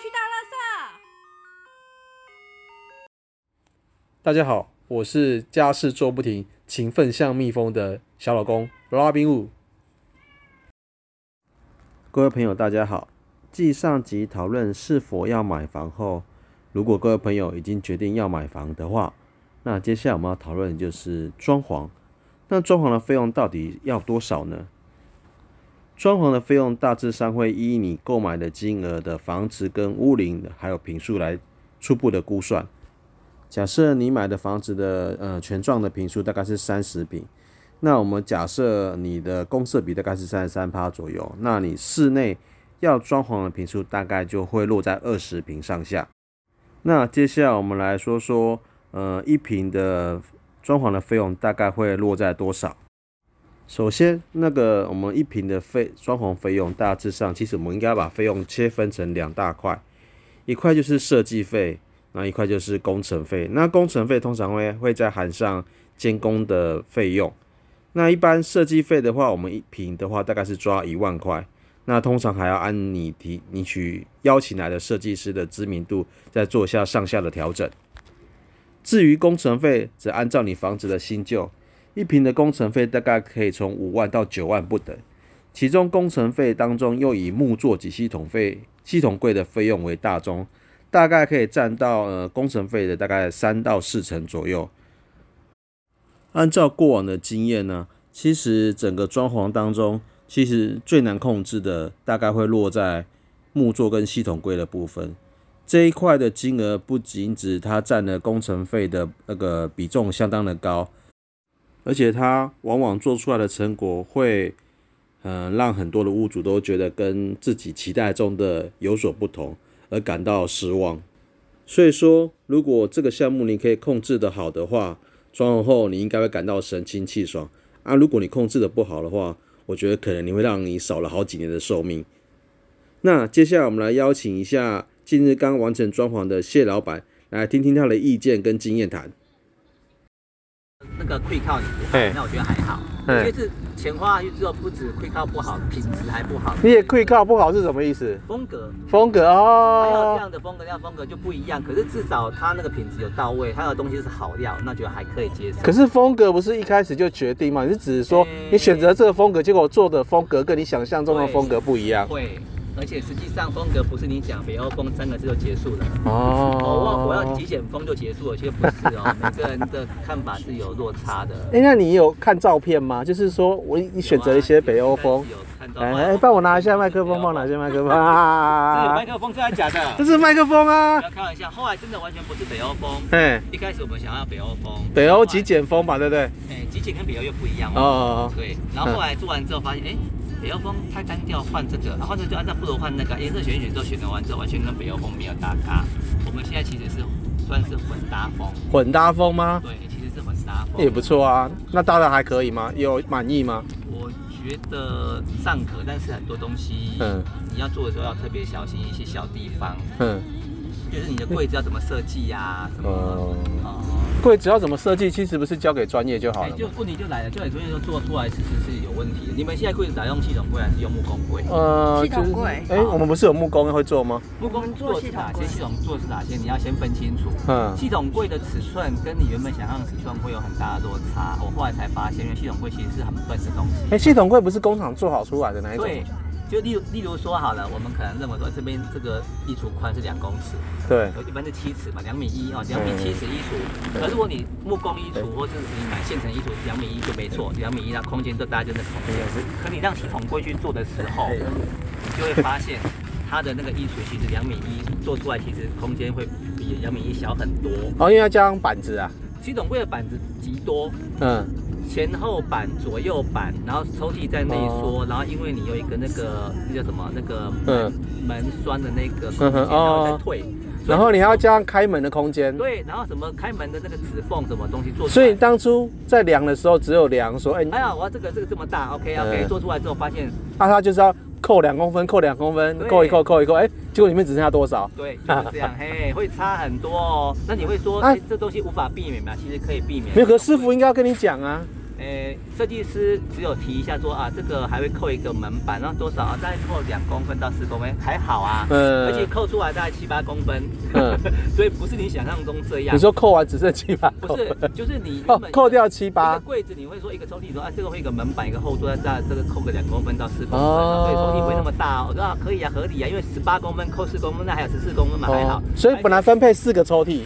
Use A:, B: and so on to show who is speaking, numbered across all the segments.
A: 去大垃圾。
B: 大家好，我是家事做不停、勤奋像蜜蜂的小老公 Robin Wu。各位朋友，大家好。继上集讨论是否要买房后，如果各位朋友已经决定要买房的话，那接下来我们要讨论的就是装潢。那装潢的费用到底要多少呢？装潢的费用大致上会依你购买的金额的房子跟屋龄还有平数来初步的估算。假设你买的房子的呃全幢的平数大概是三十平，那我们假设你的公设比大概是三十三趴左右，那你室内要装潢的平数大概就会落在二十平上下。那接下来我们来说说，呃，一平的装潢的费用大概会落在多少？首先，那个我们一平的费装潢费用大致上，其实我们应该把费用切分成两大块，一块就是设计费，那一块就是工程费。那工程费通常会会再含上监工的费用。那一般设计费的话，我们一平的话大概是抓一万块。那通常还要按你提你取邀请来的设计师的知名度，再做一下上下的调整。至于工程费，则按照你房子的新旧，一平的工程费大概可以从五万到九万不等。其中工程费当中，又以木作及系统费、系统柜的费用为大宗，大概可以占到呃工程费的大概三到四成左右。按照过往的经验呢，其实整个装潢当中，其实最难控制的大概会落在木作跟系统柜的部分。这一块的金额不仅指它占了工程费的那个比重相当的高，而且它往往做出来的成果会，嗯、让很多的屋主都觉得跟自己期待中的有所不同，而感到失望。所以说，如果这个项目你可以控制的好的话，装潢后你应该会感到神清气爽啊。如果你控制的不好的话，我觉得可能你会让你少了好几年的寿命。那接下来我们来邀请一下近日刚完成装潢的谢老板，来听听他的意见跟经验谈。
C: 那个溃靠你不好
D: 嘿，
C: 那我觉得还好。
D: 嘿
C: 我觉得是钱花下去之后，不止溃靠不好，品质还不好。
D: 你也可以靠不好是什么意思？
C: 风格，
D: 风格
C: 它要这
D: 哦，
C: 样的风格，那样风格就不一样。可是至少它那个品质有到位，它的东西是好料，那觉得还可以接受。
D: 可是风格不是一开始就决定吗？你是只是说
C: 嗯
D: 你选择这个风格，结果做的风格跟你想象中的风格不一样
C: 会，而且实际上风格不是你讲北欧风三个字就结束了。哦，我我要
D: 哦
C: 极。简风就结束了，其实不是 哦，每个人的看法是有落差的。
D: 哎，那你有看照片吗？就是说我你选择了一些北欧风。
C: 有看到
D: 哎
C: 吗
D: 哎，帮我拿一下麦克风，帮我拿一下麦克风
C: 这
D: 啊
C: 麦！克风真的假的？
D: 这是麦克风啊
C: 不！要开玩笑，后来真的完全不是北欧风。
D: 哎，
C: 一开始我们想要北欧风，
D: 北欧极
C: 极，
D: 简风嘛，对不对？
C: 哎，极简跟北欧又不一样
D: 哦
C: 哦。
D: 哦，哦
C: 对，然后后来做完之后发现，哎，北欧风太单调，换这个，然后呢就按照不如换那个，颜色选一选之后选择完之后，完全跟北欧风没有搭嘎。我们现在其实是算是混搭风，
D: 混搭风吗？
C: 对，其实是混搭风。
D: 也不错啊。那搭的还可以吗？有满意吗？
C: 我觉得尚可，但是很多东西，
D: 嗯
C: 你要做的时候要特别小心一些小地方，
D: 嗯。
C: 就是你的柜子要怎么设计呀、什么。
D: 哦
C: 哦
D: 柜子要怎么设计，其实不是交给专业就好
C: 哎、
D: 了
C: 就
D: 吗？
C: 问题就来了，就很多人说做出来其实是有问题的。你们现在柜子打用系统柜还是用木工柜？
D: 呃
A: 系统柜
D: 哎，我们不是有木工会做吗？
C: 木
A: 我
C: 工
A: 们做
C: 是
A: 系统
C: 哪
A: 柜
C: 些？系统做是哪些？你要先分清楚。
D: 嗯，
C: 系统柜的尺寸跟你原本想象的尺寸会有很大的落差。我后来才发现，因为系统柜其实是很笨的东西。
D: 哎，系统柜不是工厂做好出来的那一种？
C: 对，就例如例如说好了，我们可能认为说这边这个衣橱宽是两公尺，
D: 对
C: 一般是七尺嘛，两米一哦，
D: 嗯
C: 两米七尺衣橱。可是如果你木工衣橱或者是你买现成衣橱，两米一就没错，
D: 嗯
C: 两米一那空间就大家就那个空间。可你让系统柜去做的时候，你就会
D: 嗯
C: 发现它的那个衣橱其实两米一做出来，其实空间会比两米一小很多。
D: 哦，因为要加上板子啊。
C: 系统柜的板子极多，
D: 嗯，
C: 前后板、左右板，然后抽屉在内
D: 哦
C: 缩，然后因为你有一个那个那叫什么那个门、门栓的那个空
D: 嗯哼
C: 间，然后再
D: 哦
C: 退，所以
D: 然后你还要加上开门的空间。
C: 对，然后什么开门的那个指缝什么东西做出来，
D: 所以当初在量的时候，只有量说，哎，
C: 哎呀，我要这个这个这么大，OK OK，、
D: 嗯
C: 做出来之后发现
D: 那它啊就是要扣两公分，扣两公分，
C: 对
D: 扣一扣，扣一扣，哎，结果里面只剩下多少？
C: 对就是这样，嘿，会差很多哦。那你会说，
D: 哎
C: 哎、这东西无法避免嘛？其实可以避免。
D: 没有，可是师傅应该要跟你讲啊。
C: 哎、诶，设计师只有提一下说啊，这个还会扣一个门板，那多少啊？大概扣两公分到四公分，还好啊。
D: 嗯
C: 而且扣出来大概七八公分，
D: 嗯
C: 所以不是你想象中这样。
D: 你说扣完只剩七八，
C: 不是，就是你
D: 哦
C: 原本，
D: 扣掉七
C: 一
D: 八
C: 个，柜子你会说一个抽屉，你说啊，这个会一个门板，一个后座，那这个扣个两公分到四公分，
D: 哦
C: 所以抽屉不会那么大哦。我说啊，可以啊，合理啊，因为十八公分扣四公分，那还有十四公分嘛，还好。
D: 哦
C: 哎
D: 所以本来分配四个抽屉，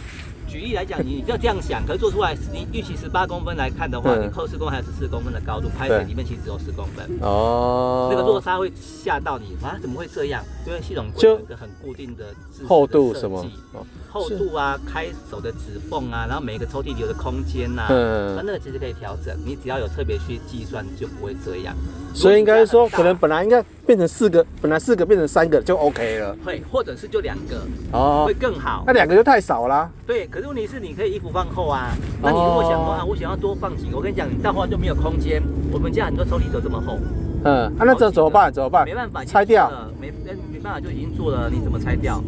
C: 举例来讲，你要这样想，可是做出来，你预期十八公分来看的话，
D: 嗯
C: 你扣四公分还有十四公分的高度，拍
D: 对
C: 水里面其实只有十公分，
D: 哦
C: 那个落差会吓到你啊！怎么会这样？因为系统柜
D: 就
C: 有一个很固定的制式的
D: 厚度
C: 设
D: 什么
C: 计，
D: 哦
C: 厚度啊，开手的指缝啊，然后每个抽屉留的空间呐、那
D: 嗯，
C: 那个其实可以调整，你只要有特别去计算就不会这样。
D: 所以应该
C: 如
D: 说，
C: 果你家很
D: 可
C: 大
D: 能本来应该变成四个，本来四个变成三个就 OK 了。
C: 会，或者是就两个
D: 哦
C: 会，更好
D: 那。两个就太少啦。
C: 对，可是问题是你可以衣服放厚啊。那你如果想
D: 哦
C: 说啊，我想要多放几个，我跟你讲，你到后来就没有空间。我们家很多抽屉都这么厚，
D: 嗯，啊，那这怎么办？怎么办
C: 哦没？办法，已经
D: 拆掉
C: 做了，没那没办法就已经做了，你怎么拆掉？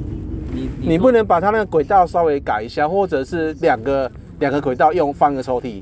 C: 你
D: 你不能把它那个轨道稍微改一下，或者是两个两个轨道用放个抽屉。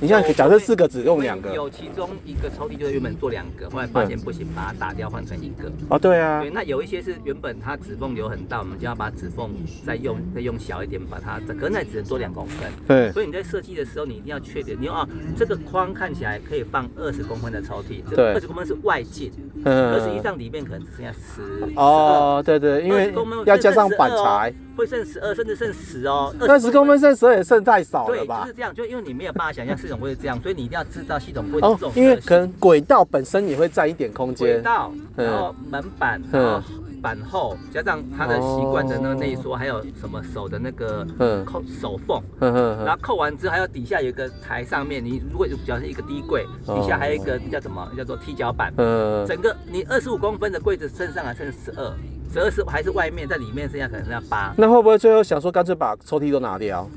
D: 你像假设四个只用两个，
C: 有其中一个抽屉就是原本做两个，后来发现不行，把它打掉换成一个。
D: 哦，对啊
C: 对，，那有一些是原本它指缝留很大，我们就要把指缝再用再用小一点，把它，可是那只能做两公分。
D: 对，
C: 所以你在设计的时候，你一定要确定，你要啊，这个框看起来可以放二十公分的抽屉，这
D: 对
C: 二十公分是外径，可是实际
D: 嗯，
C: 上里面可能只剩下十
D: 哦，对对，因为要加上板材，
C: 哦会剩十二，甚至剩十哦，
D: 二十公分剩十二也剩太少了
C: 对，就
D: 吧
C: 是？这样，就因为你没有办法想象系统会这样，所以你一定要知道系统会
D: 哦
C: 这种，
D: 因为
C: 特性
D: 可能轨道本身也会占一点空
C: 轨
D: 间。
C: 道，
D: 嗯
C: 然后门板，
D: 嗯
C: 然后板后，加上它的习惯的那个内缩，还有什么手的那个
D: 嗯
C: 扣手缝。
D: 嗯嗯
C: 然后扣完之后，还有底下有一个台，上面你如果主要是一个低柜，
D: 哦
C: 底下还有一个叫什么？叫做踢脚板。
D: 嗯
C: 整个你二十五公分的柜子身上还剩十二，十二是还是外面，在里面剩下可能剩下八。
D: 那会不会最后想说干脆把抽屉都拿掉，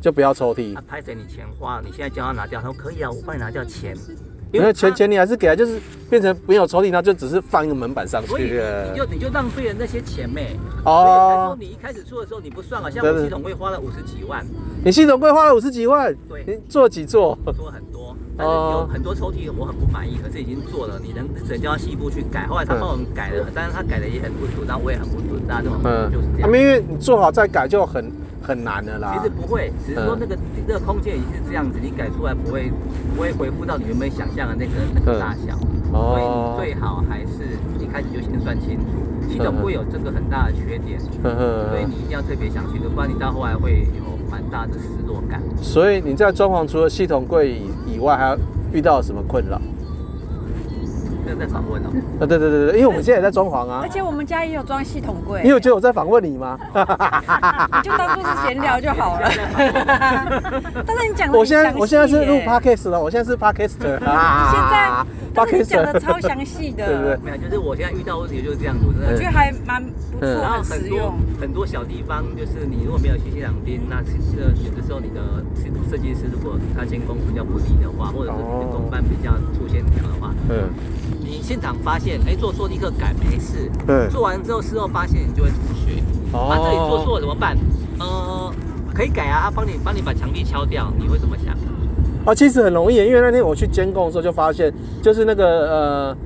D: 就不要抽屉
C: 啊？，拍谁？你钱花，你现在叫他拿掉，他说可以啊，我帮你拿掉钱。
D: 因为钱
C: 他
D: 钱你还是给他，就是变成没有抽屉，那就只是放一个门板上
C: 所以
D: 去
C: 你
D: 了。
C: 就你就浪费了那些钱呗。所以才说
D: 呃哦，
C: 你一开始做的时候你不算啊，像
D: 对
C: 我
D: 对
C: 系统会花了五十几万，
D: 你系统柜花了五十几万，
C: 对
D: 你做几座？
C: 做了很多，但是
D: 哦
C: 有很多抽屉我很不满意，可是已经做了，你能只能叫他细部去改。后来
D: 嗯
C: 他帮我们改了，但是他改的也很不准，然后我也很不准，大家都很不准，
D: 嗯
C: 就是这，
D: 啊
C: 样
D: 因。为你做好再改就很很难了啦
C: 其实。不会，只是说
D: 啊嗯
C: 那个那个空间已经是这样子，你改出来不会不会回复到你原本想象的那个那个大小，所以你最好还是一开始就先算清楚。系统会有这个很大的缺点，
D: 呵
C: 所以
D: 呵
C: 你一定要特别想清楚，不然你到后来会有蛮大的失落感。
D: 所以你在装潢除了系统柜以以外，还遇到什么困扰？
C: 这个在访问哦。
D: 啊，对对对对，因为我们现在也在装潢啊
A: 而。且我们家也有装系统柜，
D: 你有觉得我在访问你吗？
A: 你就当做是闲聊就好了。 但是你讲的，
D: 我现在我现在是录 podcast 了，我现在是 podcaster 啊。
A: 但是你讲的
D: podcaster
A: 超详细的，
D: 对不对
C: 没有，就是我现在遇到问题就是这样子，我真
A: 我觉得
C: 的。
A: 还蛮不
D: 嗯
A: 错，
C: 然
A: 很
C: 后哦很
A: 哦实
C: 多
A: 用。
C: 很多小地方，就是你如果没有去现场盯，那是呃有的时候你的设计师如果他监工比较不力的话，或者是你的工班比较出线条的话，
D: 嗯，
C: 你现场发现哎做错立刻改没事，
D: 对
C: 做完之后事后发现你就会吐血，啊这里做错了怎么办？
D: 哦
C: 呃，可以改啊，他帮你帮你把墙壁敲掉，你会怎么想？
D: 哦，其实很容易，因为那天我去监控的时候就发现，就是那个呃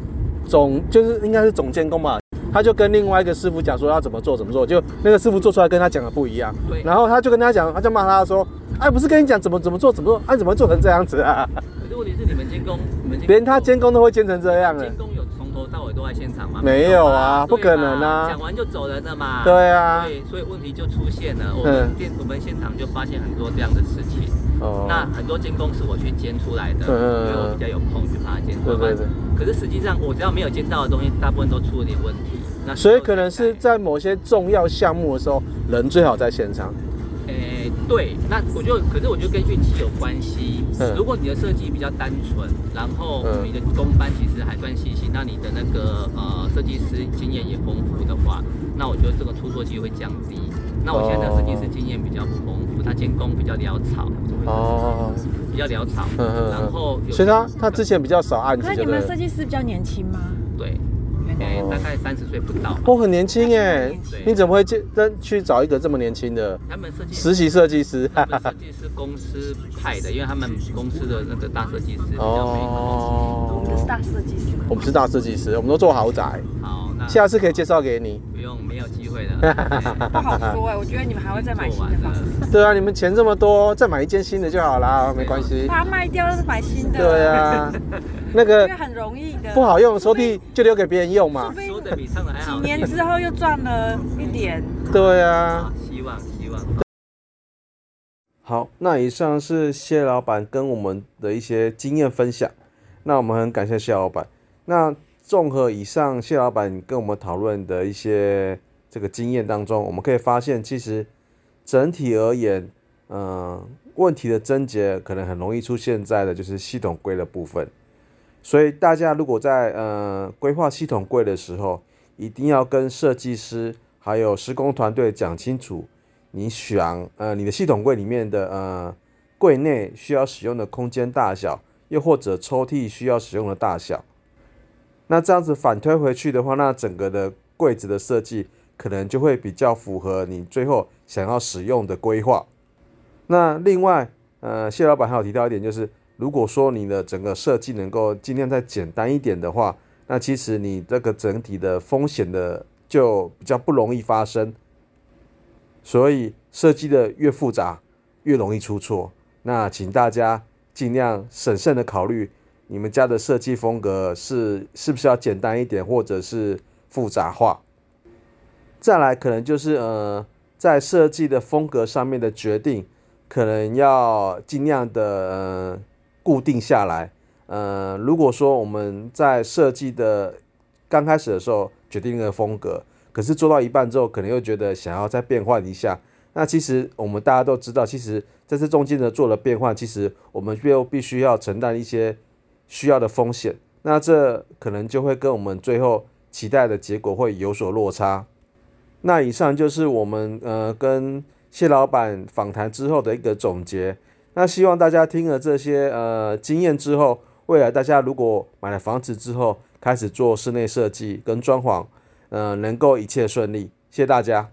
D: 总就是应该是总监工吧，他就跟另外一个师傅讲说要怎么做怎么做，就那个师傅做出来跟他讲的不一样，
C: 对
D: 然后他就跟他讲，他就骂他说，哎，不是跟你讲怎么怎么做怎么做，哎、怎么做成这样子啊？
C: 可是问题是你们监工，你们监工
D: 连他监工都会监成这样啊了
C: 监，工有从头到尾都在现场吗？
D: 没有
C: 对
D: 啊
C: 嘛
D: 不可能啊
C: 讲完就走人了嘛。
D: 对啊，嗯
C: 对，所以问题就出现了。我们店我们现场就发现很多这样的事情。
D: 哦
C: 那很多监工是我去监出来的，
D: 嗯嗯嗯
C: 因为我比较有空去把它监出
D: 对
C: 来。
D: 对对，
C: 可是实际上，我只要没有监到的东西，大部分都出了点问题。那
D: 所以可能是
C: 在，
D: 在某些重要项目的时候，人最好在现场，
C: 诶、呃对。那我就，可是我就跟运气有关系。
D: 嗯
C: 如果你的设计比较单纯，然后
D: 嗯
C: 你的工班其实还算细心，那你的那个呃设计师经验也丰富的话，那我觉得这个出错机会降低。那我现在的设计师经验比较不丰富，他监工比较潦草，
D: 哦，
C: 比较潦草，
D: 嗯嗯嗯
C: 然后有
D: 所以他他之前比较少案
A: 可
D: 子，
A: 是
D: 就
A: 你
D: 对
A: 们
D: 了
A: 设计师比较年轻吗？
C: 对，
A: 原来
C: 诶、
D: 哦
C: 大概三十岁不到嘛，
E: 我很年轻哎
C: 对，
E: 你怎么会去去找一个这么年轻的
C: 他们设计
E: 实习设计 师？
C: 他们设计师公司派的，因为他们公司的那个大设计师比较没空。
A: 我
D: 哦
A: 们的是大设计师，
E: 哦我们是大设计师，我们都做豪宅，
C: 好，
D: 哦
C: 那
E: 下次可以介绍给你。
C: 不用没有机 会了。
A: 不好说哎。我觉得你们还会再买新
C: 做
A: 的房
C: 完 了
A: 子，，
E: 对啊，你们钱这么多，再买一间新的就好啦，没关系。
A: 把它卖掉再买新的。
E: 对， 啊，那个
A: 因为很容易的。
E: 不好用的抽屉就留给别人用
A: 说
E: 嘛
A: 不。定
C: 说的比上的还
A: 几
C: 好。
A: 年之后又赚了一点。
E: 对啊
C: 啊，，希望希望。
D: 好，那以上是谢老板跟我们的一些经验分享，那我们很感谢谢老板。那综合以上谢老板跟我们讨论的一些这个经验当中，我们可以发现，其实整体而言，嗯、问题的症结可能很容易出现在的就是系统规的部分。所以大家如果在呃规划系统柜的时候，一定要跟设计师还有施工团队讲清楚，你想呃你的系统柜里面的呃柜内需要使用的空间大小，又或者抽屉需要使用的大小。那这样子反推回去的话，那整个的柜子的设计可能就会比较符合你最后想要使用的规划。那另外，呃，谢老板还有提到一点，就是如果说你的整个设计能够尽量再简单一点的话，那其实你这个整体的风险的就比较不容易发生。所以设计的越复杂，越容易出错。那请大家尽量审慎的考虑，你们家的设计风格是是不是要简单一点，或者是复杂化。再来，可能就是呃，在设计的风格上面的决定，可能要尽量的、呃、固定下来。呃，如果说我们在设计的刚开始的时候决定那个风格，可是做到一半之后，可能又觉得想要再变换一下。那其实我们大家都知道，其实在这中间呢做了变换，其实我们又必须要承担一些需要的风险。那这可能就会跟我们最后期待的结果会有所落差。那以上就是我们呃跟谢老板访谈之后的一个总结。那希望大家听了这些呃经验之后，未来大家如果买了房子之后，开始做室内设计跟装潢，呃，能够一切顺利。谢谢大家。